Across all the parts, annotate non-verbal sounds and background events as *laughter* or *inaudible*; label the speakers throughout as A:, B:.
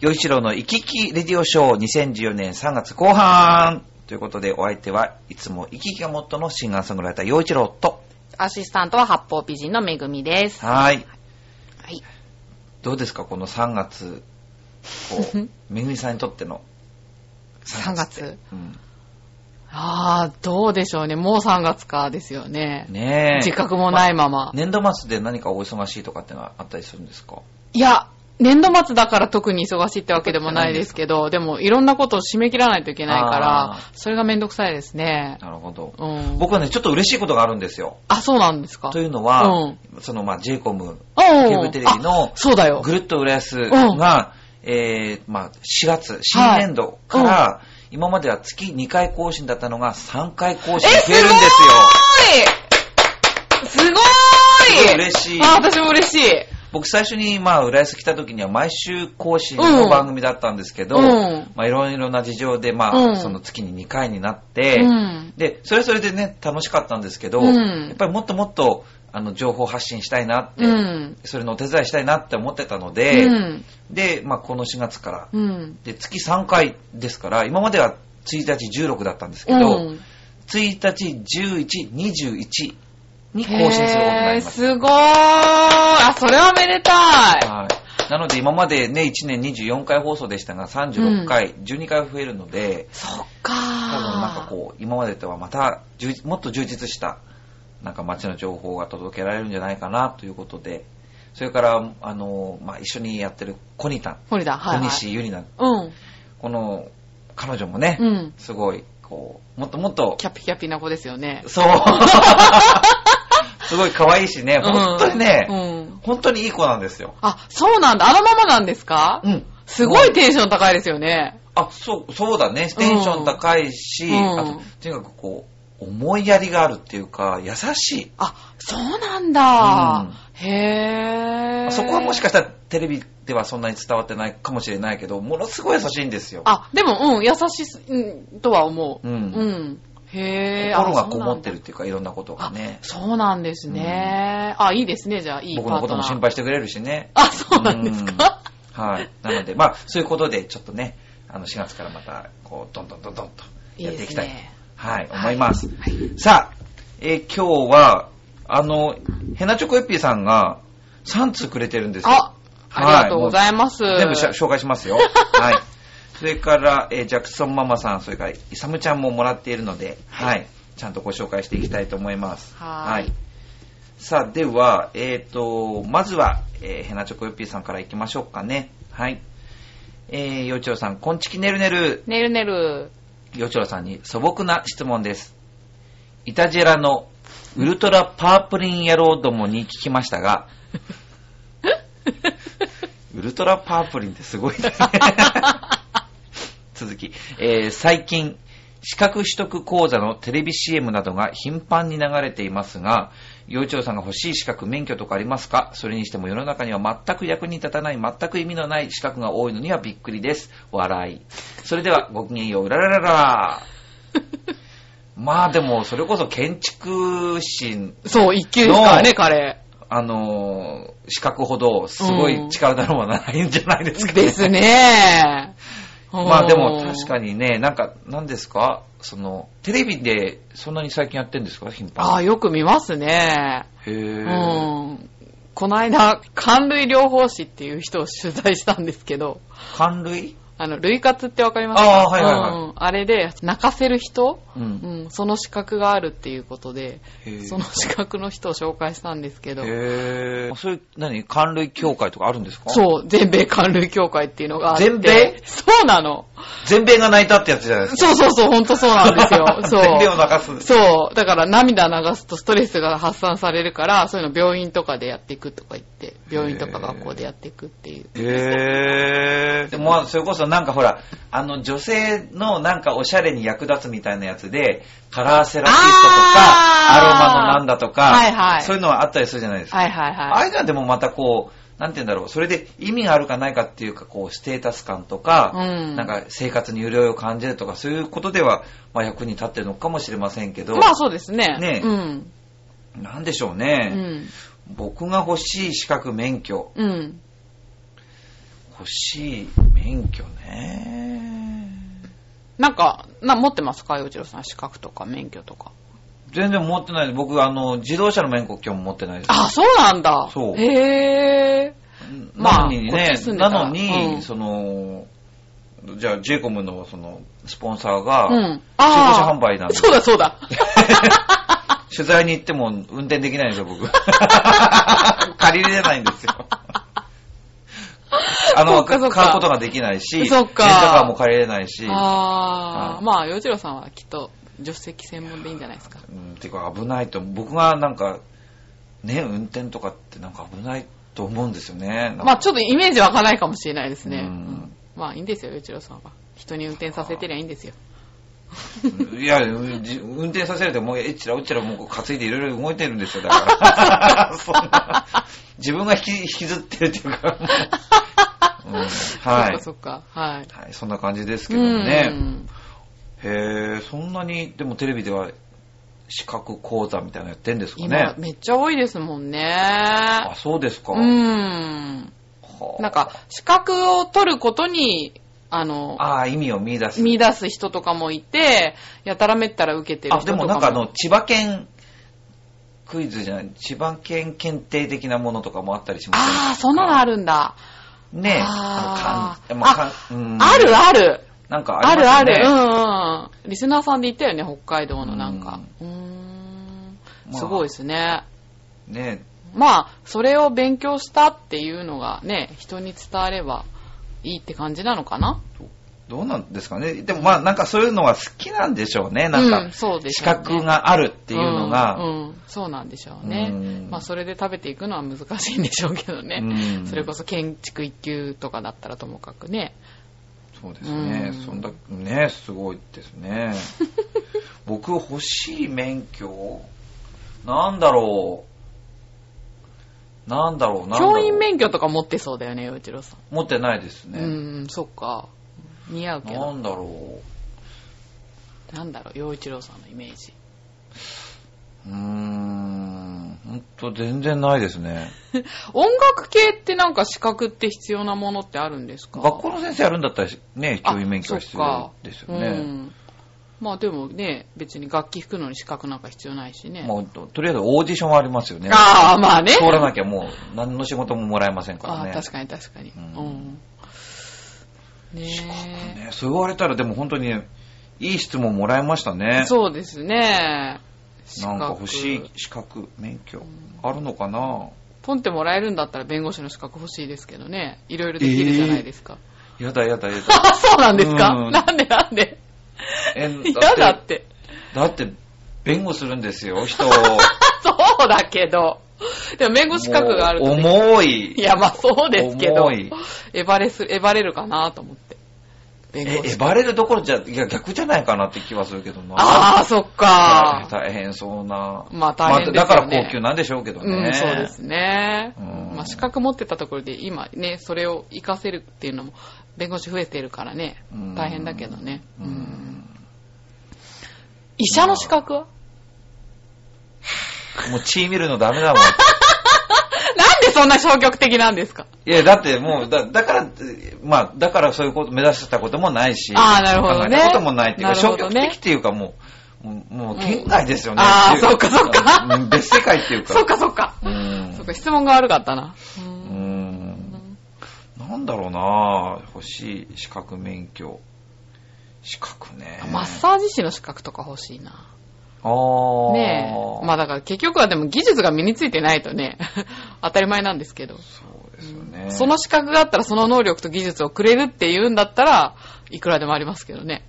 A: 洋一郎の行き来レディオショー2014年3月後半ということで、お相手はいつも行き来がモットーのシンガーソングライター洋一郎と、
B: アシスタントは八方美人のめぐみです。
A: はい。
B: はい。
A: どうですか、この3月、こ
B: *laughs*
A: う、めぐみさんにとっての
B: 3月。
A: うん。
B: ああ、どうでしょうね。もう3月かですよね。
A: ねえ。
B: 自覚もないまま。
A: 年度末で何かお忙しいとかってのはあったりするんですか
B: いや、年度末だから特に忙しいってわけでもないですけど、でもいろんなことを締め切らないといけないか
A: あ
B: ら
A: ー、
B: それがめんどくさいですね。
A: なるほど。
B: うん。
A: 僕はね、ちょっと嬉しいことがあるんですよ。
B: あ、そうなんですか。
A: というのは、
B: うん
A: その、まあ、j コム
B: おう
A: ケーブルテレビの
B: あそうだよ。
A: ぐるっと浦安が、えーまあ、4月、新年度から、今までは月2回更新だったのが3回更新
B: え、す
A: 増
B: ご
A: え
B: ー
A: るんですよ。
B: いすごーい
A: すごい嬉しい
B: あ、私も嬉しい。
A: 僕最初に、まあ、浦安来た時には毎週更新の番組だったんですけど、
B: うん
A: まあ、いろいろな事情で、まあ、
B: うん
A: その月に2回になって、
B: うん
A: で、それはそれでね、楽しかったんですけど、
B: うん
A: やっぱりもっともっと、あの、情報発信したいなって、
B: うん。
A: それのお手伝いしたいなって思ってたの
B: う
A: で、
B: ん。
A: で、まあ、この4月から、
B: うん。
A: で、月3回ですから、今までは1日16だったんですけど、
B: うん
A: 1日11、21に更新することになり
B: へー
A: ました。
B: すごーい。あ、それはめでたい。
A: はい。なので、今までね、1年24回放送でしたが、36回、12回増えるので、
B: そっ
A: 多
B: かー
A: 分なんかこう、今までとはまた充実、もっと充実した、なんか街の情報が届けられるんじゃないかなということで、それから、あの、まあ、一緒にやってるコニタン、
B: ほりだ、はい、
A: 小
B: はい。
A: 西ゆりな、
B: うん。
A: この、彼女もね、
B: うん。
A: すごい、こう、もっともっと、
B: キャピキャピな子ですよね。 *laughs*
A: そう。すごい可愛いしね、本当にね、
B: うん。
A: 本当にいい子なんですよ。
B: あ、そうなんだ。あのままなんですか
A: うん。
B: すごいテンション高いですよね。
A: あ、そう、そうだね。テンション高いし、
B: うん
A: あと、とにかくこう、思いやりがあるっていうか、優しい。
B: あ、そうなんだ。へぇー。
A: そこはもしかしたらテレビではそんなに伝わってないかもしれないけど、ものすごい優しいんですよ。
B: あ、でも、うん、優しい、うん、とは思う。
A: うん
B: うん。へぇー。
A: 心がこもって
B: る。
A: るっていうか、いろんなことがね。
B: そうなんですね。あ、いいですね、じゃあ、いいパー
A: 僕
B: トナ
A: の
B: ー
A: ことも心配してくれるしね。
B: あ、そうなんですか、
A: はい。なので、まあ、そういうことで、ちょっとね、あの、4月からまた、こう、どんどんどんどんとやっていきたいと
B: いいですね
A: はい、思います。
B: はいはい
A: さあ、えー今日は、あの、ヘナチョコエッピーさんが3通くれてるんですよ。
B: あ、ありがとうございます。
A: 全部しゃ紹介します
B: *laughs*
A: よ。はい。それから、えージャクソンママさん、それから、イサムちゃんももらっているので、はい。ちゃんとご紹介していきたいと思います。
B: はーい
A: さあ、では、えっ、と、まずは、えーヘナチョコヨッピーさんからいきましょうかね。はい。えー、よちろさん、こんちきねるねる。
B: ねるねる。
A: *laughs* よちろさんに素朴な質問です。イタジェラのウルトラパープリン野郎どもに聞きましたが、ウルトラパープリンってすごいですね。続き、えー最近、資格取得講座のテレビ CM などが頻繁に流れていますが、幼稚園さんが欲しい資格、免許とかありますかそれにしても世の中には全く役に立たない、全く意味のない資格が多いのにはびっくりです。笑い。それでは、ごきげんよう、うらららら。まあでも、それこそ建築士、
B: そう、一級ですから
A: の
B: ね、彼。
A: あのー資格ほどすごい力だろうがないんじゃないですか、
B: ですね。
A: *laughs* まあでも確か
B: に。
A: にね、なんか、なんですかその、テレビでそんなに最近やってんですか頻
B: ああ、
A: 繁に。
B: よく見ますね。
A: へ
B: う
A: ー。
B: ん。この間、寒類療法士っていう人を取材したんですけど、
A: 寒類
B: あの、類活ってわかります
A: あーはいはいはい
B: うんあれで、泣かせる人、
A: う。
B: うんん、その資格があるっていうことで、
A: へー
B: その資格の人を紹介したんですけど、
A: へー。そういう、何寒類協会とかあるんですかう。
B: そう、全米寒類協会っていうのがあって。
A: 全米
B: そうなの。
A: 全米が泣いたってやつじゃないですか。。
B: そうそうそう、ほんとそうなんですよ
A: *laughs*
B: そう。
A: 全米を泣かすんです。
B: そう。だから涙流すとストレスが発散されるから、そういうの病院とかでやっていくとか言って、病院とか学校でやっていくっていう。
A: へー。でも、それこそなんかほら、あの、女性のなんかおしゃれに役立つみたいなやつで、カラーセラピストとか、
B: あー
A: アロマのなんだとか、
B: はいはい
A: そういうのはあったりするじゃないですか。
B: はいはい
A: ああ
B: はい
A: いうのはでもまたこう、なんて言うんだろう、それで意味があるかないかっていうか、こう、ステータス感とか、
B: うん
A: なんか生活に潤いを感じるとか、そういうことでは、まあ役に立ってるのかもしれませんけ。ど、
B: まあそうですね。
A: ね
B: うん。
A: なんでしょう
B: う
A: ね、
B: ん。
A: 僕が欲しい資格免許、
B: うん。
A: 欲しい免許ね。
B: なんか、な持ってますか洋一郎さん。資格とか免許とか。
A: 全然持ってないです。僕、あの、自動車の免許今日持ってないです。
B: あ、そうなんだ。
A: そう
B: へま
A: な
B: あ
A: のに
B: こっ
A: ね
B: ち住、んで
A: な
B: たら
A: のに、
B: うん
A: その、じゃあ、ジェイコムの、その、スポンサーが、
B: ー。うん。
A: 中古車
B: あ
A: 販売なん
B: あ。
A: で、
B: そうだそうだ。
A: *laughs* 取材に行っても運転できないんですよ、僕。 *laughs* 借りれないんですよ。 *laughs* あ
B: そ
A: の、
B: っ
A: 買
B: かそっ
A: う
B: か
A: ことができないし、レン
B: そ
A: タ
B: っか
A: カーも借りれないし、
B: あ
A: は
B: あ。
A: い
B: まあ、洋一郎さんはきっと、助手席専門でいいんじゃないですか。
A: うん、てか危ないと、僕がなんか、ね、運転とかってなんか危ないと思うんですよね。
B: まあ、ちょっとイメージ湧かないかもしれないですね。
A: うん
B: うんまあ、いいんですよ、洋一郎さんは。人に運転させてりゃいいんですよ。
A: いや、うんじ運転させるともう、えっちらうっちらもう担いでいろいろ動いてるんですよ、だ
B: *laughs*
A: から。そんな自分が引き引きずってるっていうか、うんはい
B: そっかそっか。はい。
A: はい。そんな感じですけどもね。
B: うん
A: へえ、そんなに、でもテレビでは資格講座みたいなのやってんですか
B: 今、
A: ね。
B: めっちゃ多いですもんね。
A: あ、そうですか。
B: うん。
A: はあ
B: なんか、資格を取ることに、あの、
A: ああ、意味を見出す。
B: 見出す人とかもいて、やたらめったら受けてる
A: あ、
B: 人
A: で
B: とかも。
A: もなんかあの、千葉県クイズじゃない、千葉県検定的なものとかもあったりします
B: ああ、そんなのあるんだ。
A: ねえ、
B: あ
A: あ
B: ー
A: のかんまあかんうん
B: あるある。
A: なんか
B: あ
A: ありま
B: る
A: すね
B: ある。うんうん。リスナーさんで言ったよね、北海道のなんか。うーん。
A: まあ
B: すごいですね。
A: ね
B: まあ、それを勉強したっていうのがね、人に伝わればいいって感じなのかな
A: えどうなんですかね。でもまあなんかそういうのは好きなんでしょうね。なん
B: うん
A: か、
B: そうでし
A: 資
B: ょうね
A: 格があるっていうのが。
B: うんうんそうなんでしょうね、
A: うん
B: まあそれで食べていくのは難しいんでしょうけどね、
A: うん
B: それこそ建築一級とかだったらともかくね
A: そうですね。
B: うん
A: そんだねすごいです
B: *laughs*
A: ね。僕欲しい免許なんだろう。なんだろう、なんだろう。
B: 教員免許とか持ってそうだよね陽一郎さ
A: 持ってないです
B: ん、
A: ね。
B: うんそっか似合うけ
A: な
B: ど
A: んだろ
B: なんだろう陽一郎さんのイメージ
A: う。うーん。ほんと全然ないですね。
B: 音楽系ってなんか資格って必要なものってあるんですか
A: 学校の先生やるんだったらね、
B: あ
A: 教員免許が必要ですよ
B: そっかう
A: ね。
B: んまあでもね別に楽器吹くのに資格なんか必要ないしね、
A: もうととりあえずオーディションはありますよね。
B: ああまあね
A: 通らなきゃもう何の仕事ももらえませんか
B: あ
A: ら
B: あ
A: ね。
B: 確かに確かに。う
A: うんん。
B: ねえ
A: ねそう言われたらでも本当にいい質問もらえましたね。
B: そうですね。
A: なんか欲し
B: 資
A: い
B: 格。
A: 資格、免許あるのかな
B: ポンってもらえるんだったら弁護士の資格欲しいですけどね。いろいろできるじゃないですか。
A: やだやだや
B: *laughs*
A: だ。
B: あ、そうなんですか、
A: うん
B: なんでなんで
A: え
B: *laughs* 嫌だっ。て。
A: だって弁護するんです
B: *laughs*
A: よ、人を。
B: そうだけど。でも弁護士資格があると、ね。
A: もう重い。
B: *laughs* いや、まあそうですけど
A: 重い。
B: えばれす、えばれるかなと思って。弁護
A: え、え
B: 士。
A: ばれるどころじゃ、いや逆じゃないかなって気はするけどな。
B: ああ、そっか。
A: 大変そうな。
B: まあ大変ですよね
A: だから高級なんでしょうけどね。
B: うん、そうですね。
A: うん
B: まあ、資格持ってたところで、今ね、それを活かせるっていうのも、弁護士増えてるからね
A: うん、
B: 大変だけどね。
A: う
B: うん
A: ん。
B: 医者の資格は
A: もう血見るのダメだもん。
B: なんでそんな消極的なんですか
A: いや、だってもう、だだから、まあ、だからそういうこと、目指してたこともないし、
B: あーなるほどね
A: 考えたこともないっていうか、
B: なるほ
A: 消
B: ど
A: 極
B: ね
A: 的っていうか、もう、もうもう県外ですよね。
B: うんあ
A: てい
B: ーそっかそっか
A: うん別世界っていうか。
B: そっかそっか。
A: うん
B: そっか、質問が悪かったな。う
A: うんん。なんだろうな欲しい資格免許。資格ね。
B: マッサージ師の資格とか欲しいな。
A: あー
B: ねえ。まあだから結局はでも技術が身についてないとね、 *laughs* 当たり前なんですけど。
A: そうですよね。
B: その資格があったらその能力と技術をくれるっていうんだったらいくらでもありますけどね。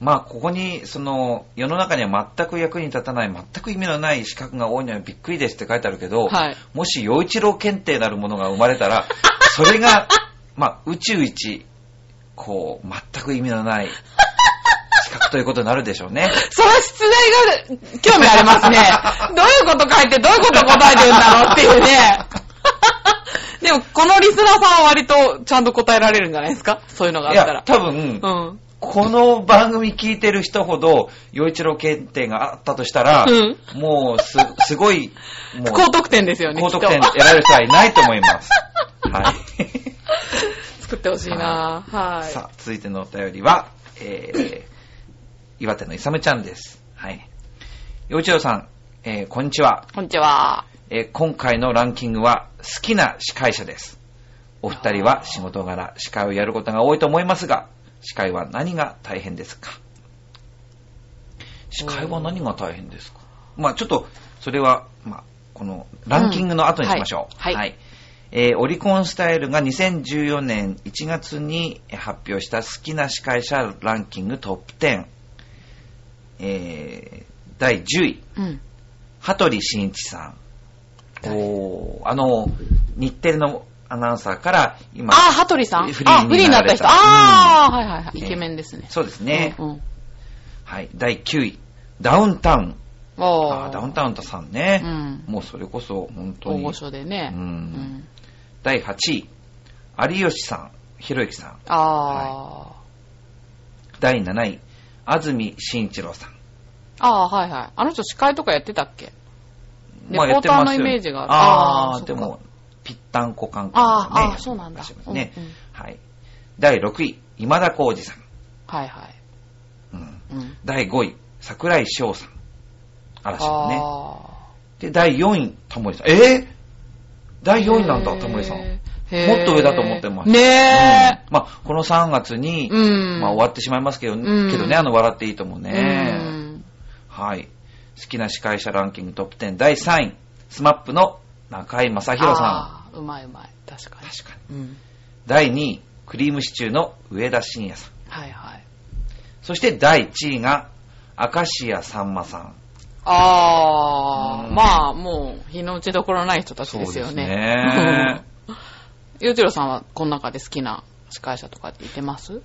A: まあ、ここに、その、世の中には全く役に立たない、全く意味のない資格が多いのにびっくりですって書いてあるけど、
B: はい
A: もし、洋一郎検定なるものが生まれ
B: *laughs*
A: たら、それが、まあ、宇宙一、こう、全く意味のない資格ということになるでしょう
B: *laughs*
A: ね。
B: その出題が興味ありますね。
A: *laughs*
B: どういうこと書いてどういうこと答えてるんだろうっていうね。 *laughs* でも、このリスナーさんは割とちゃんと答えられるんじゃないですかそういうのが
A: い
B: あったら
A: や、。多分、
B: うん。
A: この番組聞いてる人ほど、洋一郎検定があったとしたら、
B: う
A: もうす、すごい、もう、
B: 高得点ですよね、
A: 高得点
B: きっと *laughs*
A: 得られる人はいないと思います。はい。
B: 作ってほしいなはい。
A: さあ、続いてのお便りは、えー、岩手のいさむちゃんです。はい。洋一郎さん、えー、こんにちは。
B: こんにちは。
A: えー今回のランキングは好きな司会者です。お二人は仕事柄司会をやることが多いと思いますが、司会は何が大変ですか司会は何が大変ですかまあちょっと、それは、まあこのランキングの後にしましょう。
B: うんはいはい
A: えーオリコンスタイルが2014年1月に発表した好きな司会者ランキングトップ10、えー第10位、
B: うん。
A: 羽鳥慎一さん。おーあの、日テレのアナウンサーから今、
B: あ、羽鳥さん
A: フリー
B: あ、
A: に
B: フリーに
A: な
B: なっ
A: られ
B: た
A: た
B: 人。あー、はいはいはい。
A: ね
B: イケメンですね。
A: そうですね、
B: うんうん。
A: はい。第9位、ダウンタウン。
B: お
A: あーダウンタウンさんね、
B: うん
A: もうそれこそ本当
B: 大
A: に
B: 御。所でね。
A: うん
B: うん。
A: 第8位、有吉さん、ひろゆきさん。
B: あー。
A: 第7位、安住慎一郎さん。
B: あー、はいはい。あの人司会とかやってたっけレポーター
A: やってます
B: のイメージがある
A: あ
B: あー
A: あー、で
B: そっ
A: も、ぴったんこ関係
B: あーあーそうなんだ
A: ね、
B: うんうん
A: はい。第6位、今田耕司さん。
B: はいはい。
A: うん
B: うん。
A: 第5位、桜井翔さん。嵐のね。
B: あ
A: で、第4位、タモリさん。えー、第
B: ー。
A: 4位なんだ、タモリさん。
B: へ
A: も
B: ー
A: っと上だと思ってました。
B: ねえ。
A: うんまあ、この3月に、
B: うん。
A: まあ、終わってしまいますけど,、
B: ん
A: けどね、あの、笑っていいとも
B: う
A: ね。
B: ん
A: はい。好きな司会者ランキングトップ10、第3位、スマップの中井正宏さん。
B: あーうまいうまい。確かに。
A: 確かに。
B: うん。
A: 第2位、クリームシチューの上田晋也さん。
B: はいはい。
A: そして第1位が、明石家さんまさん。
B: ああ、
A: うん
B: まあ、もう、日の打ちどころない人たちですよね。 *laughs* ゆうちろさんは、この中で好きな司会者とかって言ってます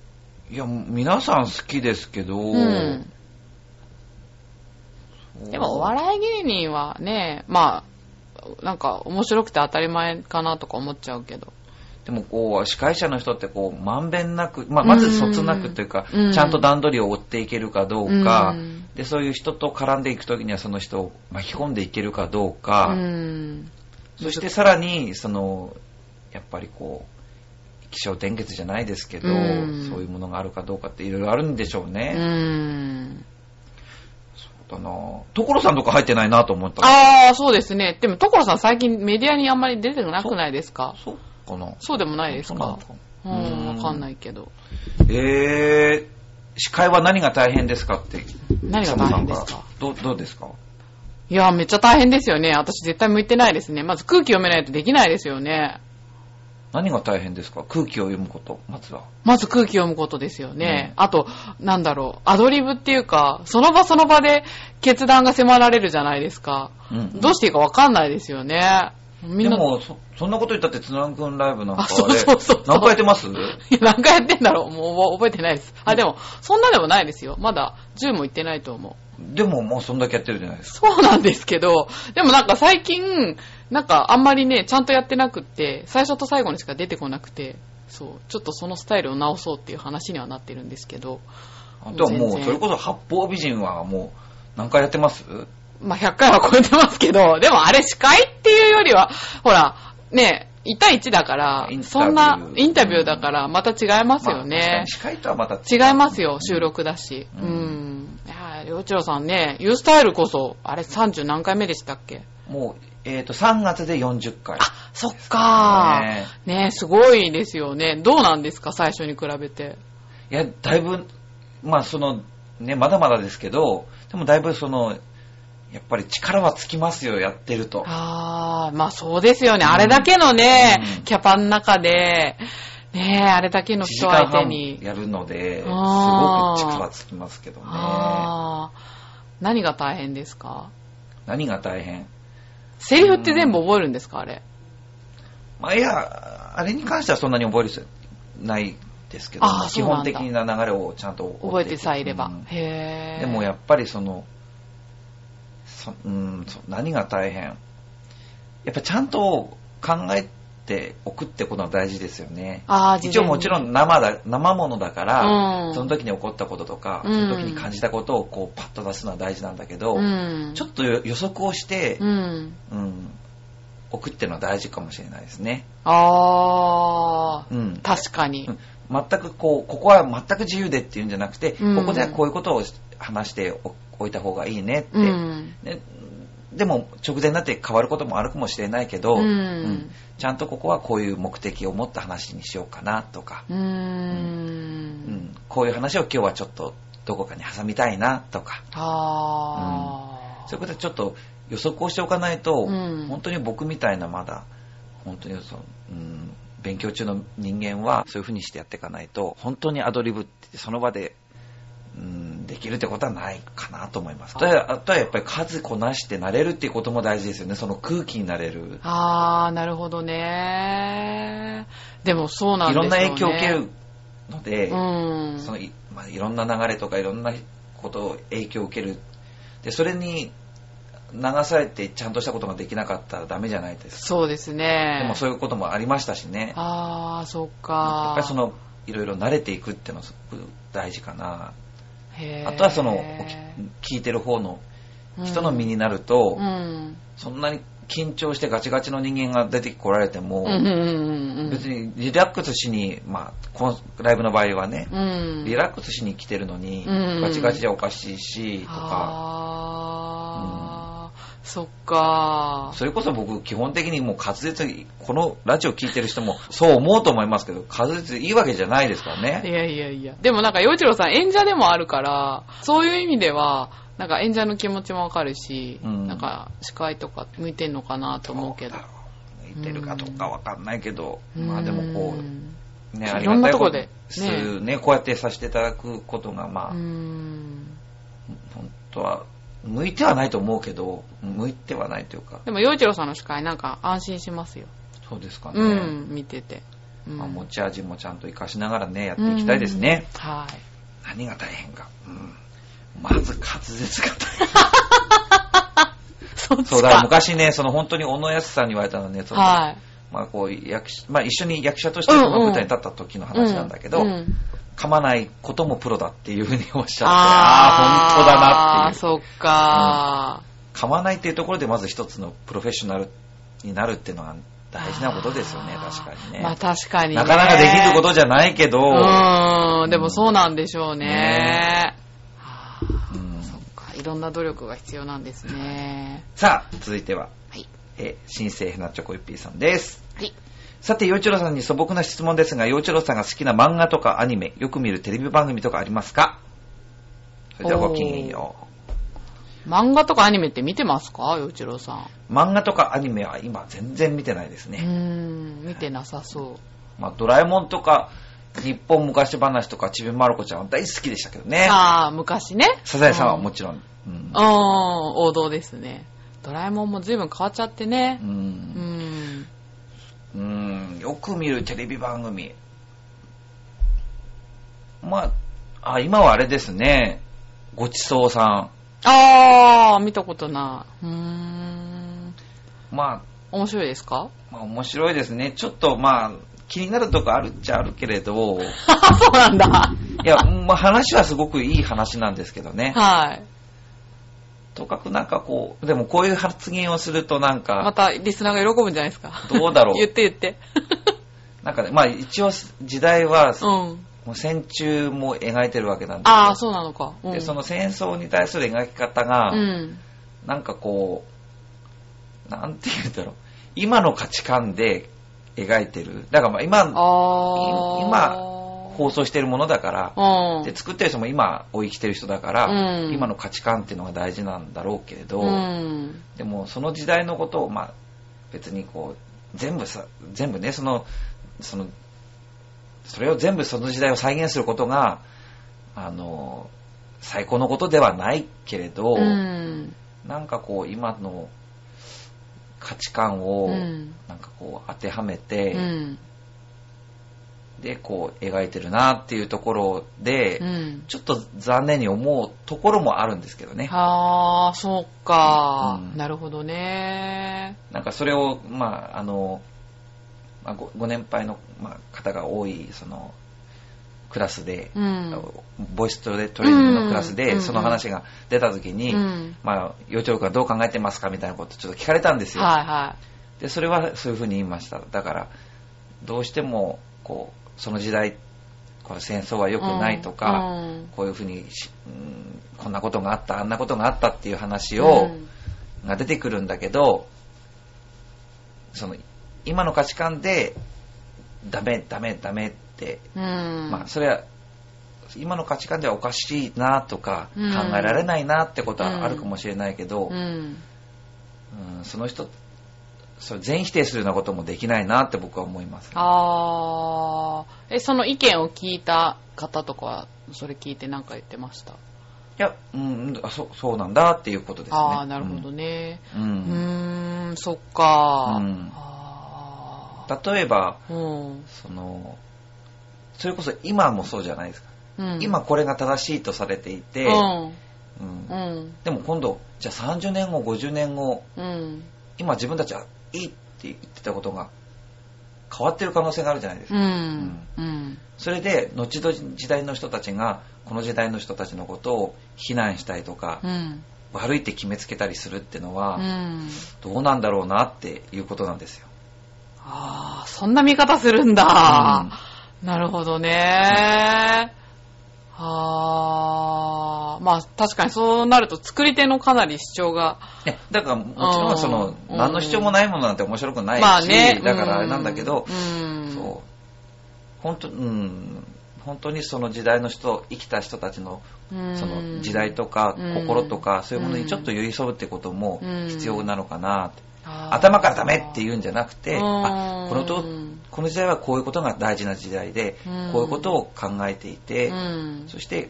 A: いや、皆さん好きですけど、
B: うん。でも、お笑い芸人はね、まあ、なんか、面白くて当たり前かなとか思っちゃうけど。
A: でもこう、司会者の人ってこう、まんべんなく、まあ、まずそつなくというか、
B: うん
A: ちゃんと段取りを追っていけるかどうか、
B: うん
A: で、そういう人と絡んでいくときにはその人を巻き込んでいけるかどう
B: う
A: か、
B: ん。
A: そしてさらに、その、やっぱりこう、気象転結じゃないですけど、
B: うん
A: そういうものがあるかどうかっていろいろあるんでしょう
B: う
A: ね。
B: ん。
A: あの、所さんとか入ってないなと思った。
B: ああ、そうですね。でも、所さん最近メディアにあんまり出てなくないですか
A: そうかな。
B: そうでもないですか
A: そう
B: う
A: なの。
B: ん、わかんないいけど。
A: えー、司会は何が大変ですかって。
B: 何が大変ですか
A: 草野さんらどうどうですか
B: いやー、めっちゃ大変ですよね。私絶対向いてないですね。まず空気読めないとできないですよね。
A: 何が大変ですか空気を読むこと、まずは。
B: まず空気読むことですよね。あと、なんだろう、アドリブっていうか、その場その場で決断が迫られるじゃないですか。
A: うん
B: どうしていいかわかんないですよね。み
A: で
B: んな、
A: もそ、そんなこと言ったって、つなぐんライブなんか
B: あそう
A: あれ、
B: そうそうそう
A: 何回やってます
B: いや *laughs* 何回やってんだろうもう覚えてないです。あ、でも、そんなでもないですよ。まだ10も行ってないと思う。
A: でも、もうそんだけやってるじゃないですか。
B: そうなんですけど、でもなんか最近、なんかあんまりね、ちゃんとやってなくって、最初と最後にしか出てこなくて、そう、ちょっとそのスタイルを直そうっていう話にはなってるんですけど、
A: あでももう、
B: 全然
A: それこそ八方美人はもう、何回やってます
B: まあ100回は超えてますけど、でもあれ司会っていうよりは、ほら、ね、1対1だから
A: イン、タビュー
B: そんなインタビューだからまた違いますよ
A: まあ確か
B: ね
A: に。司会とはまた違
B: 違いますよ、収録だし。う
A: うん
B: ん。いやー、りょうちろさんね、ユースタイルこそ、あれ30何回目でしたっけ
A: もう、えっ、と、3月で40回。
B: あ、そっかー。
A: ね
B: ねえ、すごいですよね。どうなんですか、最初に比べて。
A: いや、だいぶ、まあ、その、ね、まだまだですけど、でもだいぶその、やっぱり力はつきますよ、やってると。
B: ああ、まあそうですよね。あれだけのね、
A: うん
B: キャパの中で、ねえ、あれだけの
A: 1時
B: 人
A: 間
B: 相手
A: 半
B: に。
A: やるので、すごく
B: あー
A: 力つきますけどね。
B: ああ、何が大変ですか
A: 何が大変
B: セリフって全部覚えるんですか、あれ。
A: まあ、いや、あれに関してはそんなに覚える必要ないですけど、
B: あー
A: まあ
B: そ
A: 基
B: うなん
A: 本
B: だ
A: 的な流れをちゃんと
B: 覚えてさえいれば。
A: うん
B: へえ。
A: でもやっぱりその、そうん、そ何が大変やっぱちゃんと考えておくってことは大事ですよね。
B: ああ、事前に
A: 一応もちろん生だ、生ものだから、
B: うん
A: その時に起こったこととか、
B: うん
A: その時に感じたことをこうパッと出すのは大事なんだけど、
B: うん。
A: ちょっと予測をして
B: う、ん。
A: うん置くっていうのは大事かもしれないですね。
B: あー、
A: うん
B: 確かに。
A: うん全くこう、ここは全く自由でっていうんじゃなくて、
B: うん
A: ここではこういうことを話しておおいた方がいいねって。
B: うん。
A: ねでも直前になって変わることもあるかもしれないけど、
B: うん
A: ちゃんとここはこういう目的を持った話にしようかなとか、
B: うー。
A: うんんこういう話を今日はちょっとどこかに挟みたいなとか、そうい
B: あー。
A: うことはちょっと予測をしておかないと、
B: うん
A: 本当に僕みたいなまだ、本当にその、うん、勉強中の人間はそういうふうにしてやっていかないと、本当にアドリブってその場で、うん、できるってことはないかなと思います。あとはあとはやっぱり数こなして慣れるっていうことも大事ですよね。その空気になれる。
B: あー、なるほどね。でもそうなん
A: い
B: ですよ、
A: ろ
B: ね。
A: んな影響を受けるので、
B: うん。
A: そのい,、まあ、いろんな流れとかいろんなことを影響を受けるでそれに流されてちゃんとしたことができなかったらダメじゃないですか
B: そうですね。
A: でもそういうこともありましたしね
B: あー、そっか。
A: やっぱりそ、のいろいろ慣れていくっていうのはすごく大事かな
B: へー
A: あとはそのおき聞いてる方の人の身になると、
B: うん。
A: そんなに緊張してガチガチの人間が出てこられても、
B: うんうんうんうん。
A: 別にリラックスしに、まあ、このライブの場合はね、
B: うん。
A: リラックスしに来てるのに、
B: うん
A: ガチガチじゃおかしいし、とか、
B: あー、そっか。
A: それこそ僕、基本的にもう滑舌、このラジオ聞いてる人もそう思うと思いますけど、滑舌いいわけじゃないですから
B: い
A: ね。
B: やいやいや。でもなんか、洋一郎さん演者でもあるから、そういう意味では、なんか演者の気持ちもわかるし、
A: うん
B: なんか司会とか向いてんのかなと思うけど
A: ど。。言ってるかどうかわかんないけど、
B: うん
A: まあでもこう、ね、あ
B: い
A: りが
B: ろ
A: た
B: んないと
A: こ
B: ことで
A: ですねこうやってさせていただくことが、まあ、
B: うん。
A: 本当は、向いてはないと思うけど、向いてはないというか、
B: でも、洋一郎さんの司会なんか安心しますよ。
A: そうですかね。
B: うん、見てて。うん
A: まあ、持ち味もちゃんと活かしながらね、やっていきたいですね。
B: うんはい。
A: 何が大変か。うん。まず滑舌が大変。
B: そっちか。
A: そう、だから昔ね、その本当に小野康さんに言われたのはね、その
B: はい。
A: まあこう役者、まあ一緒に役者としてこの舞台に立った時の話なんだけど、
B: ううん
A: 噛まないこともプロだっていうふうにおっしゃって、ああー、本当だなっ
B: あー
A: ていう。
B: そっか、
A: 噛まないっていうところでまず一つのプロフェッショナルになるっていうのは大事なことですよね、
B: あー
A: 確かにね。
B: まあ確かにね、
A: なかなかできることじゃないけど、
B: うん、でもそうなんでしょうね。
A: ね
B: は
A: う
B: あ
A: ん
B: そっか、いろんな努力が必要なんですね。
A: さあ、続いては、
B: はい。
A: え、新生ヘナチョコヨッピーさんです。
B: はい。
A: さて、洋一郎さんに素朴な質問ですが、洋一郎さんが好きな漫画とかアニメ、よく見るテレビ番組とかありますかそれではごきげんよ
B: 漫画とかアニメって見てますか洋一郎さん。
A: う。漫画とかアニメは今全然見てないです
B: う
A: ね。
B: ん、見てなさそ
A: まあ、ドラえもんとか、日本昔話とか、ちびまる子ちゃんは大好きでしたけど
B: う。
A: ね。
B: ああ、昔ね。
A: サザエさんは
B: も
A: もちろん。うん
B: うん、王道ですね。ドラえもんも随分変わっちゃってね
A: う。。
B: うんん。
A: うん。よく見るテレビ番組。まあ、あ、今はあれですね。ごちそうさん。
B: ああ、見たことない。うーん。
A: まあ、
B: 面白いで
A: *laughs*
B: すか
A: まあ面白いですね。ちょっとまあ、気になるとこあるっちゃあるけれ
B: *laughs*
A: ど、
B: そうなんだ。
A: いや、まあ話はすごくいい話なんですけどね。
B: はい。
A: とかくなんかこう、でもこういう発言をするとなん
B: ま
A: か、
B: たリスナーが喜ぶんじゃないですか。
A: どうだろう
B: 言って言
A: *laughs*
B: って。
A: なんかね、まあ一応時代は、
B: うん。
A: もう戦中も描いてるわけなんですよ
B: ああ、そうなのか。うん。
A: で、その戦争に対する描き方が、
B: うん。
A: なんかこう、なんて言うんだろう、今の価値観で描いてる。だからまあ
B: あ
A: 今、
B: あ。
A: 今放送してるものだから、
B: うん。
A: で作ってる人も今を生きてる人だから、
B: うん
A: 今の価値観っていうのが大事なんだろうけれど、
B: うん。
A: でもその時代のことを、まあ、別にこう全部さ全部ねそのそのそれを全部その時代を再現することがあの最高のことではないけれど、
B: うん。
A: なんかこう今の価値観を、
B: うん
A: なんかこう当てはめて、
B: うん。
A: でこう描いてるなっていうところで、
B: うん。
A: ちょっと残念に思うところもあるんですけどね。
B: ああ、そうか
A: う。ん
B: なるほどね。
A: なんかそれを、まあ、あの、まあ、ごご年配の、まあ、方が多い、その、クラスで、
B: うん。
A: ボイストレトレーニングのクラス
B: う
A: で、
B: ん
A: その話が出た時に、
B: うん
A: まあ、幼鳥君はどう考えてますかみたいなことちょっと聞かれたんですよ。
B: はいは
A: で、それはそういうふうに言いました。だから、どうしても、こう、その時代、こう戦争は良くないとか、
B: うんうん
A: こういうふうにし、うんこんなことがあった、あんなことがあったっていう話を、
B: うん
A: が出てくるんだけど、その、今の価値観で、ダメ、ダメ、ダメって、
B: うん
A: まあ、それは、今の価値観ではおかしいなとか、
B: うん
A: 考えられないなってことはあるかもしれないけど、
B: うん
A: うんその人、それ全否定するようなこともできないなって僕は思います。
B: あーえその意見を聞いた方とかはそれ聞いて何か言ってました、
A: いや、うん、うんあそそうなんだっていうことですね。
B: ああなるほどね
A: うん。う
B: うんんーんそっか
A: うん
B: あ
A: 例えば、
B: ーうん
A: その、それこそ今もそうじゃないですか。
B: うん
A: 今これが正しいとされていて、
B: う
A: う
B: ん
A: ん
B: うん
A: でも今度、じゃあ30年後、50年後、
B: うん
A: 今自分たちはいいって言ってたことが変わってる可能性があるじゃないです
B: う
A: か。
B: んうん
A: それで、後の時代の人たちが、この時代の人たちのことを非難したりとか、
B: うん
A: 悪いって決めつけたりするっての
B: う
A: は、
B: ん
A: どうなんだろうなっていうことなんですよ。
B: ああ、そんな見方するんだ。なるほどね。ああ、まあ確かにそうなると作り手のかなり主張が。
A: ねだから、もちろんその、
B: うん
A: 何の主張もないものなんて面白くないし、
B: まあね。
A: だからあれなんだけど、
B: うん。
A: そう。本当、うん、本当にその時代の人、生きた人たちの
B: うん
A: その時代とか
B: うん
A: 心とかそういうものにちょっと
B: うん
A: 寄り添うってことも
B: うん
A: 必要なのかなって
B: あー
A: 頭からダメって言うんじゃなくて
B: うん
A: あこのとこの時代はこういうことが大事な時代で
B: うん
A: こういうことを考えていうて
B: ん。
A: そして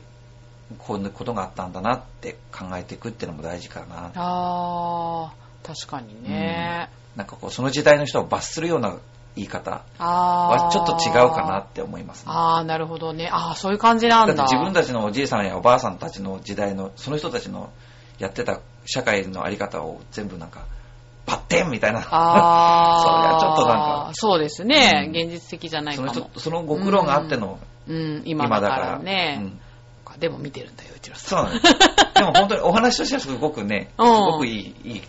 A: こういうことがあったんだなって考えていくっていうのも大事かな
B: ああ、確かにね。
A: なんかこうその時代の人を罰するような言い方
B: あ
A: は
B: あ。
A: ちょっと違うかなって思いますね
B: ああ、なるほどね。ああ、そういう感じなん
A: だ
B: だ。
A: って自分たちのおじいさんやおばあさんたちの時代のその人たちのやってた社会のあり方を全部なんかバッテンみたいな *laughs*
B: ああ。
A: それはちょっとなんか
B: そうですね。
A: うん
B: 現実的じゃない
A: そ
B: か
A: の
B: も。
A: 人そのご苦労があっての
B: うん、今
A: 今
B: だ
A: だか
B: か
A: ら
B: らね。
A: うん
B: でも見てるんだよ、うちらさん。
A: そうなんです
B: *laughs*
A: でも本当にお話としてはすごくねす
B: うん
A: ごくいいいい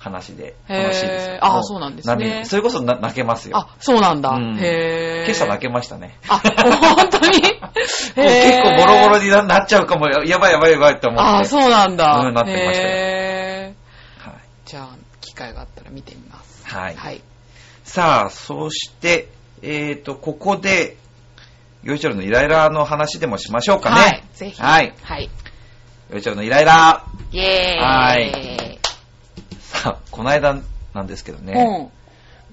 A: 話で楽しいです
B: へー
A: よ
B: あ
A: も
B: そうなんですね
A: 涙それこそな泣けますよ
B: あ、そうなんだ。
A: うん
B: へぇ
A: 今朝泣け
B: け。
A: ましたね
B: あ、本当
A: *laughs*
B: に
A: もう結構ボロボロにななっちゃうかもよやばいやばいやばいって思って
B: あ、そうなんだ。
A: うんなってましたよ
B: へ
A: はい
B: ーじゃあ、機会があったら見てみます。
A: はい
B: はい。
A: さあ、そして、えっ、と、ここで、よいちょろのイライラの話でもしましょうかね。
B: はいぜひ。
A: はい。
B: はい。
A: よいちょろのイライラ。
B: イェーイ。
A: はいさあ、この間なんですけどね、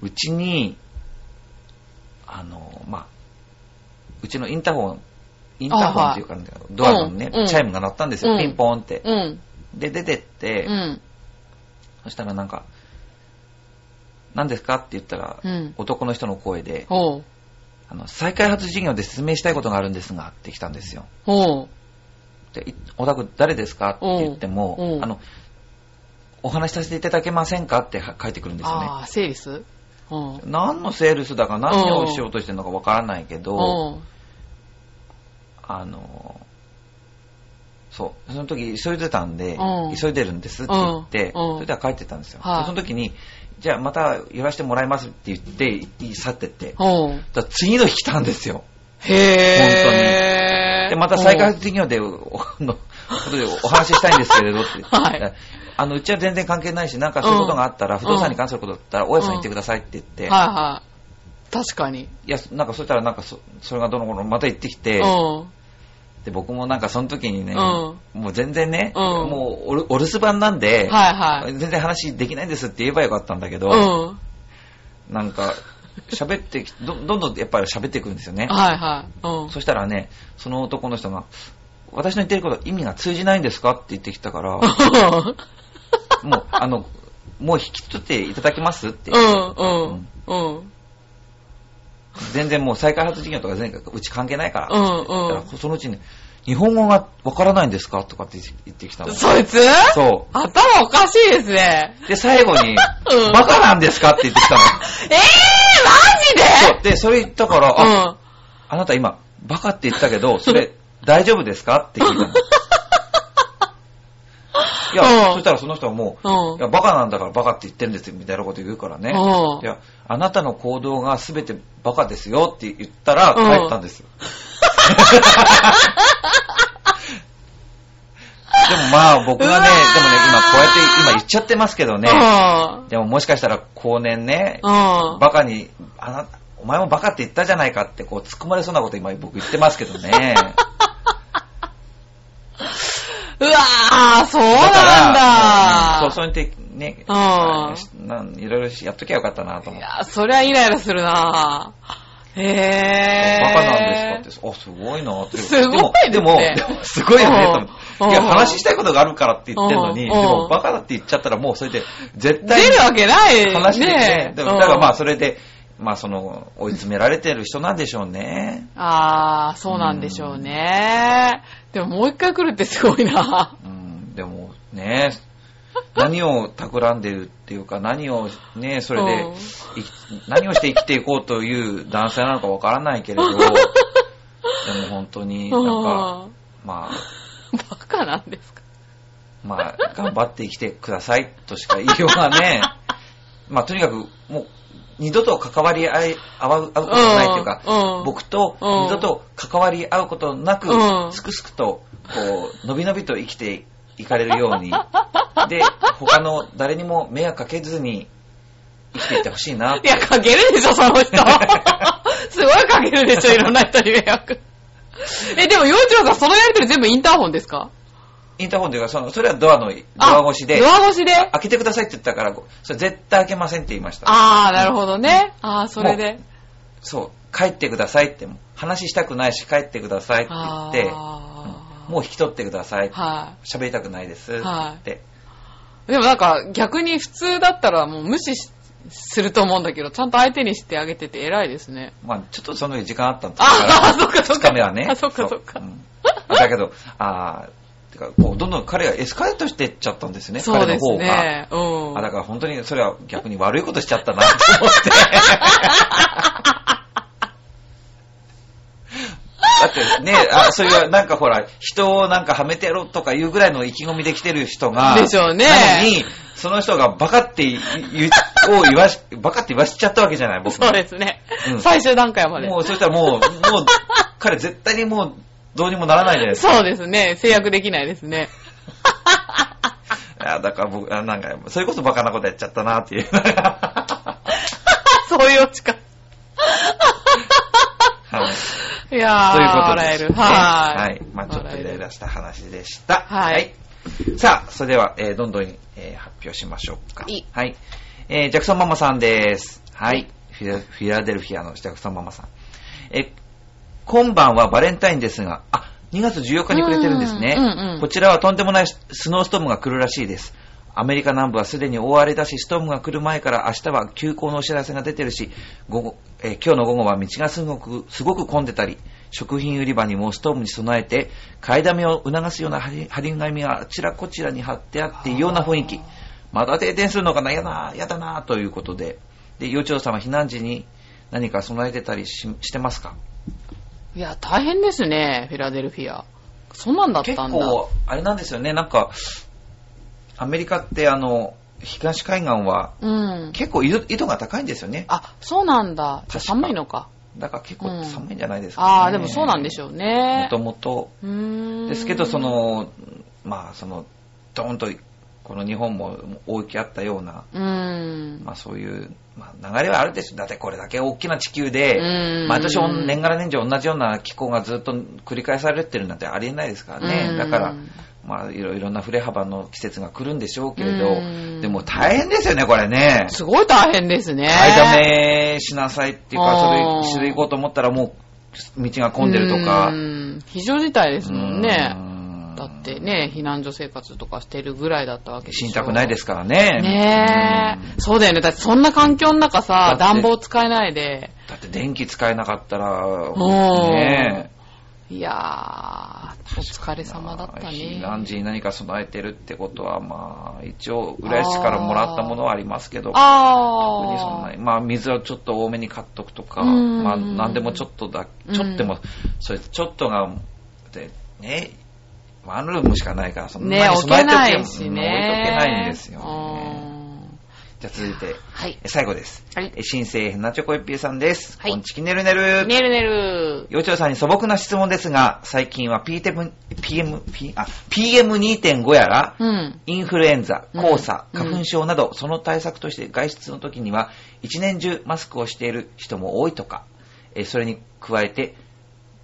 A: うちに、あの、まあ、うちのインターホン、インターホンっていうか、ドアのね、
B: うんうん
A: チャイムが鳴ったんですよ、
B: うん
A: ピンポーンって。
B: うん。うん。
A: で、出てって、
B: うん。
A: そしたらなんか、何ですかって言ったら、
B: うん
A: 男の人の声で、
B: ほう。
A: あの、再開発事業で説明したいことがあるんですが、って来たんですよ。
B: ほう。
A: でい小田君、誰ですかって言っても、
B: うんうん
A: あの、お話しさせていただけませんかっては書いてくるんですよね。
B: ああ、セールスうん。
A: 何のセールスだか何をしようとしてるのかわからないけど、
B: うん
A: あの、そう、その時急いでたんで
B: うん、
A: 急いでるんですって言って、
B: うんうん
A: それでは帰ってったんですよ。
B: はい
A: でその時に、じゃあまた寄らせてもらいますって言って、去ってって。
B: ほう。
A: だから次の日来たんですよ。
B: へぇー。
A: で、また再開発事業で、お *laughs* の、ことでお話ししたいんですけれどって。
B: はい
A: あの、うちは全然関係ないし、なんかそういうことがあったら、
B: うん
A: 不動産に関することだったら、大家さんに行ってくださいって言って、
B: はい
A: い
B: はい。確かに。
A: や、なんかそしたら、なんかそ、それがどの頃また行ってきて、
B: うん。
A: で、僕もなんかその時にね、
B: うん
A: もう全然ね、
B: うん
A: もうおるお留守番なんで、
B: はいはい。
A: 全然話できないんですって言えばよかったんだけど、
B: うん。
A: なんか、喋ってきど、どんどんやっぱり喋ってくるんですよね。
B: はいはい。うん。
A: そしたらね、その男の人が、私の言ってること意味が通じないんですかって言ってきた
B: *laughs*
A: から、もう、あの、もう引き取っていただけますって
B: う。ん、うん、うん、
A: 全然もう再開発事業とか全然うち関係ないから。
B: う
A: だ
B: ん、
A: から
B: う
A: そのうちに、日本語がわからないんですかとかって言ってきたの。
B: ん。そいつ
A: そ
B: 頭おかしいですね。
A: う。で、最後に、
B: うん
A: バカなんですかって言ってきたの。
B: *laughs* えぇー、マ
A: そう。で、それ言ったから、
B: ジで
A: あ、あなた今、バカ
B: *laughs*
A: って言ったけど、それ、大丈夫ですかって聞いたの。いや、
B: うん
A: そしたらその人はもう、
B: うん
A: いや、バカなんだからバカって言ってんですよ、みたいなこと言うからね。
B: うん
A: いや、あなたの行動が全てバカですよって言ったら、
B: うん
A: 帰ったん
B: *laughs*
A: ですよ。でもまあ僕はね、でもね、今こ
B: う
A: う
B: わー
A: やって今言っちゃってますけどね、
B: うん
A: でももしかしたら後年ね、
B: うん。
A: バカに、あな、お前もバカって言ったじゃないかって、こう、突っ込まれそうなこと今僕言ってますけど
B: *laughs*
A: ね。
B: うわー、そう
A: だか
B: なん
A: ら、うんそう、
B: だ。
A: そうやってね、
B: うん
A: あのしなんいろいろしやっときゃよかったなと思
B: い
A: って。
B: や、そりゃイライラするなへえ。
A: バカなんですかって、あ、すごいなって。
B: すごいですね
A: でも、でもでもすごいよねと
B: うん
A: 思って。いや、
B: うん
A: 話したいことがあるからって言ってんのに、で
B: うんうん
A: もバカだって言っちゃったらもうそれで、絶対
B: 出るわけない。
A: 話して
B: ね
A: ね。だからだからまあ
B: うん
A: それで、まあその、追い詰められてる人なんでしょうね。
B: あー、そうなんでしょうね。でももう一回来るってすごいな
A: うん、でもね、何を企んでるっていうか、何をね、それで、
B: うん
A: 生き何をして生きていこうという男性なのかわからないけれど、で
B: *laughs*
A: も本当になんか、
B: うん
A: まあ、
B: バカなんですか
A: まあ、頑張って生きてくださいとしか言いようが
B: *laughs*
A: ね、まあとにかくもう、二度と関わり合い、合う、合うことがないというか、
B: うんうん
A: 僕と
B: うん
A: 二度と関わり合うことなく、
B: うん
A: すくすくと、こう、のびのびと生きていかれるよう
B: *laughs*
A: に、で、他の誰にも迷惑かけずに生きていってほしいなっ
B: い
A: て。
B: や、かけるでしょ、そ
A: *laughs*
B: の人。すごいかけるでしょ、いろんな人に迷
A: *laughs*
B: 惑。え、でも、洋一郎さん、そのやりとり全部インターホンですか
A: インターホンというか、その、それはドアの、ドア越しで
B: ド、ア越しで
A: 開けてくださいって言ったから、それ絶対開けませんって言いました。
B: あー、なるほどね。あー、それで。
A: そう、帰ってくださいって、話したくないし帰ってくださいって言って、
B: あー
A: もう引き取ってください。
B: は
A: 喋りたくないですって言って。
B: い。でもなんか、逆に普通だったらもう無視しすると思うんだけど、ちゃんと相手にしてあげてて偉いですね。
A: まあちょっとその時時間あったんです *laughs*
B: あー、そっかそっ
A: 2日
B: か。
A: 目はね。
B: あ、そっかそっか
A: う。んあだけど、あーてか、こう、どんどん彼がエスカレートしていっちゃったんですね、
B: そう
A: 彼の
B: です
A: 方が。
B: ね。うん。
A: あだから本当にそれは逆に悪いことしちゃったなと思
B: *laughs*
A: って。だってね、あそういうなんかほら、人をなんかはめてやろうとかいうぐらいの意気込みで来てる人が、
B: でしょうね
A: なのに、その人がバカって言う、を言わし、バカって言わしちゃったわけじゃない、僕も
B: そうですね、
A: うん
B: 最終段階まで。
A: もうそしたらもう、もう、彼絶対にもうどうにもならないじゃないですか。
B: そうですね。制約できないです
A: *laughs*
B: ね。
A: あだから僕、あなんか、それこそバカなことやっちゃったな
B: *laughs*
A: っていう。
B: そういうオチか。
A: はい
B: いやー、
A: ということ
B: 笑
A: で
B: え
A: す
B: る。
A: ね。
B: はーい。
A: い。まあちょっとイライラした話でした。
B: はい
A: さあ、それでは、えーどんどん、えー発表しましょうか。
B: いい
A: はい。えージャクソンママさんです。はい。フィラフィラデルフィアのジャクソンママさん。えー、今晩はバレンタインですが、あ、2月14日にくれてるんですね。
B: うんうんうん
A: こちらはとんでもないススノーストームが来るらしいです。アメリカ南部はすでに大荒れだし、ストームが来る前から明日は休校のお知らせが出てるし、午後えー今日の午後は道がすごくすごく混んでたり、食品売り場にもストームに備えて、買いだめを促すような貼り貼り紙があちらこちらに貼ってあって、異様な雰囲気。また停電するのかな、やだ、やだな、ということで。で、幼鳥様避難時に何か備えてたりししてますか
B: いや、大変ですね、フィラデルフィア。そんなんだったん
A: 結
B: だ。
A: 構、あれなんですよね、なんか、アメリカって、あの、東海岸は、
B: うん。
A: 結構緯度緯度が高いんですよね。
B: あ、そうなんだ。じゃ
A: 確か
B: あ寒いのか。
A: だから結構寒いんじゃないですか、ね
B: あー、でもそうなんでし
A: ょ
B: ょうね
A: も。ともと。
B: うーん。
A: ですけど、そ、の、まあ、その、ドーンと、この日本も大きあったような、
B: うーん。
A: まあそういう、まあ、流れはあるでしょ。だってこれだけ大きな地球で、
B: うん
A: 毎年年がら年中同じような気候がずっと繰り返されてるなんてありえないですから
B: う
A: ね。
B: ん
A: だから、まあいろいろな触れ幅の季節が来るんでしょうけれ
B: うん
A: ど、でも大変ですよね、これね。
B: すごい大変ですね。
A: 買いだめしなさいっていうか、
B: あー
A: それ、していこうと思ったらもう道が混んでるとか
B: う。ん。非常事態ですもんね。
A: うん
B: だってね、避難所生活とかしてるぐらいだったわけでしょ
A: 死にたくないですからね。うん
B: ねえ。そうだよね。だってそんな環境の中
A: だ
B: さ
A: っ、て
B: 暖房使えないで。
A: だって電気使えなかったら、
B: ん
A: ね
B: いやー、お疲れ様だった
A: 避
B: ね。
A: 難時に何か備えてるってことは、まあ、一応、浦安市からもらったものはありますけど、特にそん
B: あ
A: なに、まあ、水をちょっと多めに買っとくとか、
B: うん
A: まあ、なんでもちょっとだ、ちょっとでも、それ、ちょっとが、で、ね、ワンルームしかないから、そんなに
B: ね、置けな
A: 備え
B: い
A: てお
B: し
A: け
B: ね。
A: 置いとけないんですよ、ね。
B: うん
A: じゃあ続いて、
B: はい。
A: え最後です。
B: はい
A: え新生ヘナチョコエッピーさんです。
B: はい
A: こんちきねるねる。
B: ねるねる。
A: 幼鳥さんに素朴な質問ですが、最近は PM、PM、P- あ PM2.5 やら、
B: うん。
A: インフルエンザ、
B: うん
A: 黄砂、
B: うん
A: 花粉症など、その対策として外出の時には、一年中マスクをしている人も多いとか、えーそれに加えて、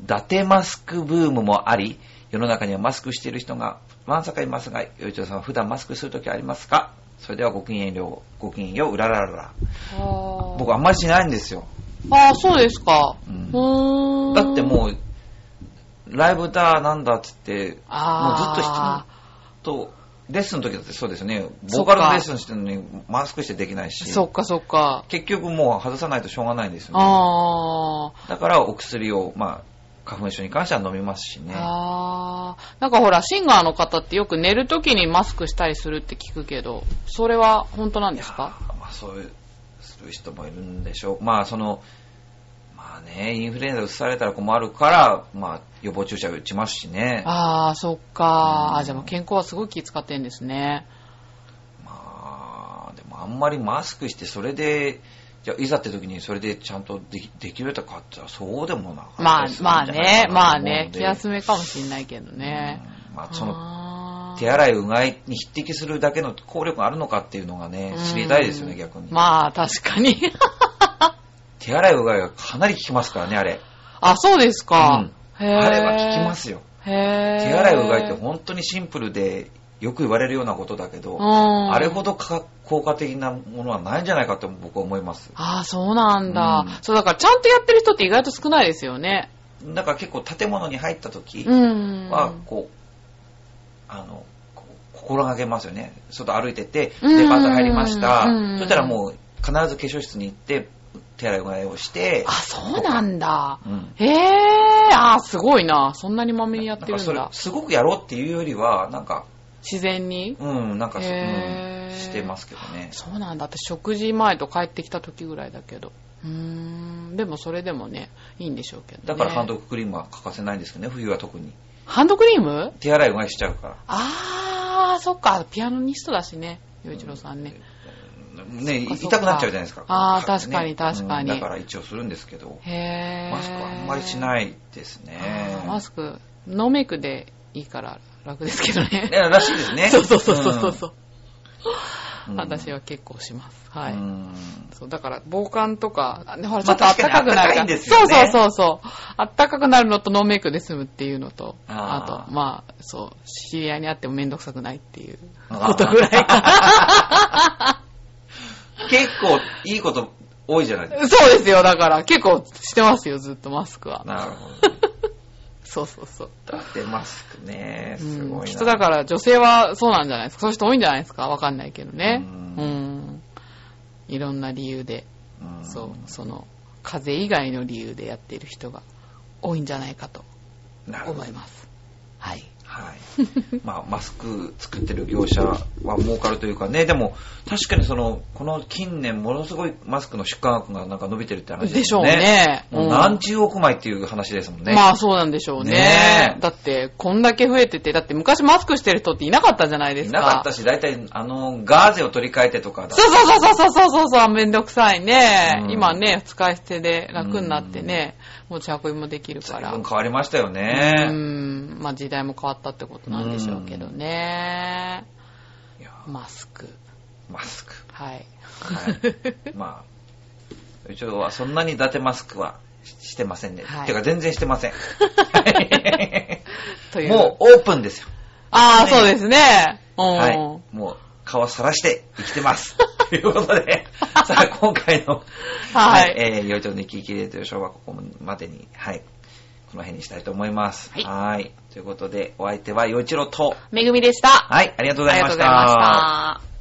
A: 伊達マスクブームもあり、世の中にはマスクしている人が、わんさかいますが、よいちょうさんは普段マスクするときありますかそれではごきげんよう、ごきげんよう、うらららら。
B: 僕
A: 僕あんまりしないんですよ。
B: ああ、そうですか。
A: う
B: うんーん。
A: だっても
B: う、
A: う、ライブだ、なんだっつって、もうずっと
B: あ
A: と、レッスンの時だってそうですよね。ボーカルのレッスンしてるのにマスクしてできないし。
B: そっかそっか。
A: 結局もう外さないとしょうがないんですよね。
B: ああ。
A: だからお薬を、まあ、花粉症に関しては飲みますしね。
B: ああ。なんかほら、シンガーの方ってよく寝るときにマスクしたりするって聞くけど、それは本当なんですか
A: まあそういう、する人もいるんでしょう。まあその、まあね、インフルエンザ移されたら困るから、まあ予防注射打ちますしね。
B: ああ、そっか
A: う。ん
B: あじゃあもう健康はすごい気使ってんですね。
A: まあ、でもあんまりマスクしてそれで、じゃあいざって時にそれでちゃんとできできるとかって言ったらそうでもなかった
B: まあ
A: りするんじ
B: ま
A: ゃ
B: あ
A: ない
B: ね
A: か、な
B: まあ
A: と思う
B: ね
A: ん、で
B: 気休めかもしんないけどね。
A: うんまあその
B: あー
A: 手洗いうがいに匹敵するだけの効力があるのかっていうのがね、知りたいですよね、
B: うん
A: 逆に。
B: まあ、確かに。
A: 手洗いうがいがかなり効きますからね、あれ。
B: あ、そうですか。
A: うん
B: へえ
A: あれは効きま。すよ。
B: へえ。
A: 手洗いうがいって本当にシンプルで、よく言われるようなことだけど、
B: うん
A: あれほどか効果的なものはないんじゃないかと僕は思います。
B: ああ、そうなんだ、
A: うん
B: そう、だからちゃんとやってる人って意外と少ないですよね。
A: だから結構建物に入った時
B: うん。
A: は、こう、あの、こう心がけますよね。外歩いてて、
B: うん
A: デパート入りました
B: う。ん
A: そしたらもう必ず化粧室に行って、手洗いうがいをして
B: あ、、そうなんだ。
A: うん
B: へえ、ああ、すごいな。そんなにまめにやってるんだ。
A: なんかそれすごくやろうっていうよりは、なんか、
B: 自然に。
A: うん、なんかそ、
B: へー
A: うん、してますけどね。
B: そうなんだ。私、食事前と帰ってきた時ぐらいだけど。うーん。でも、それでもね、いいんでしょうけど、ね。
A: だからハンドクリームは欠かせないんですけどね、冬は特に。
B: ハンドクリーム
A: 手洗いうがいしちゃうから。
B: ああ、そっか。ピアノニストだしね。洋一郎さんね。
A: ね、
B: そっかそっか
A: 痛くなっちゃうじゃないですか。
B: あー
A: か
B: 確かに
A: ね
B: 確かに
A: うんだから一応するんですけど、
B: へえ。
A: マスクはあんまりし
B: い。
A: ないですね。
B: マスク、ノーメイクでいいから楽ですけどね。。
A: ねらしいですね
B: *laughs* そうそうそうそうそうそう、
A: うん
B: 私は結構します。
A: うん。
B: はい。
A: うん
B: そう、だから、防寒とか、あねほら、ち
A: ま
B: ょ
A: あ
B: っと暖か
A: 確か
B: くなる
A: に暖かい
B: か
A: ん
B: ら。
A: です
B: そ
A: よ
B: う
A: ね
B: そうそうそう。暖かくなるのとノーメイクで済むっていうのと、
A: あー
B: あと、まあ、そう、知り合いに会ってもめんどくさくないっていう
A: あー
B: ことぐらい
A: *laughs*
B: か
A: 結構いいこと多いじゃないです
B: な。そうですよ、だから、結構してますよ、ずっとマスクは
A: か。。なるほど。
B: そうそうそう。
A: だってマスクね、すごいな。
B: うん、きっとだから女性はそうなんじゃないですか。そういう人多いんじゃないですか。わかんないけどね。
A: う
B: うんん。いろんな理由で、
A: うん
B: そう、その、風邪以外の理由でやっている人が多いんじゃないかと
A: なるほど
B: 思います。はい。
A: はい。まあ、マスク作ってる業者は儲かるというかね、でも、確かにその、この近年、ものすごいマスクの出荷額がなんか伸びてるって話
B: で
A: で
B: し
A: す
B: ょう
A: もん
B: ね。
A: もう何十億枚っていう話ですもんね。
B: まあそうなんでしょうね。
A: ねえ
B: だって、こんだけ増えてて、だって昔マスクしてる人っていなかったじゃないで
A: い
B: すか。
A: なかったし、大体、あの、ガーゼを取り替えてとかだ
B: そうそうそうそうそうそうそう、めんどくさいね。
A: うん
B: 今ね、使い捨てで楽になってね、持ち運びもできるか
A: 随
B: ら。
A: 分変わりましたよ
B: う
A: ね。
B: ん、まあ時代も変わったってことなんでしょうけどね。
A: いや
B: マスク。
A: マスク。
B: はい。
A: はい。まあ、うちはそんなに伊達マスクはししてませんね。
B: はい
A: てか、全然してませ
B: *laughs*
A: ん。
B: *laughs* という。
A: もうオープンですよ。
B: ああ、そうですね。うん。
A: はい。もう、顔さらして生きて
B: *laughs*
A: ます。ということで、さあ、今回の、
B: はい
A: えー、幼鳥の生き生きれというショーはここまでに、はい、この辺にしたいと思います。
B: はい
A: いということで、お相手は幼一郎と、
B: めぐみでした。
A: はい、ありがとうご
B: あ
A: ざ
B: り
A: いま
B: がとう
A: し。
B: ございましたた。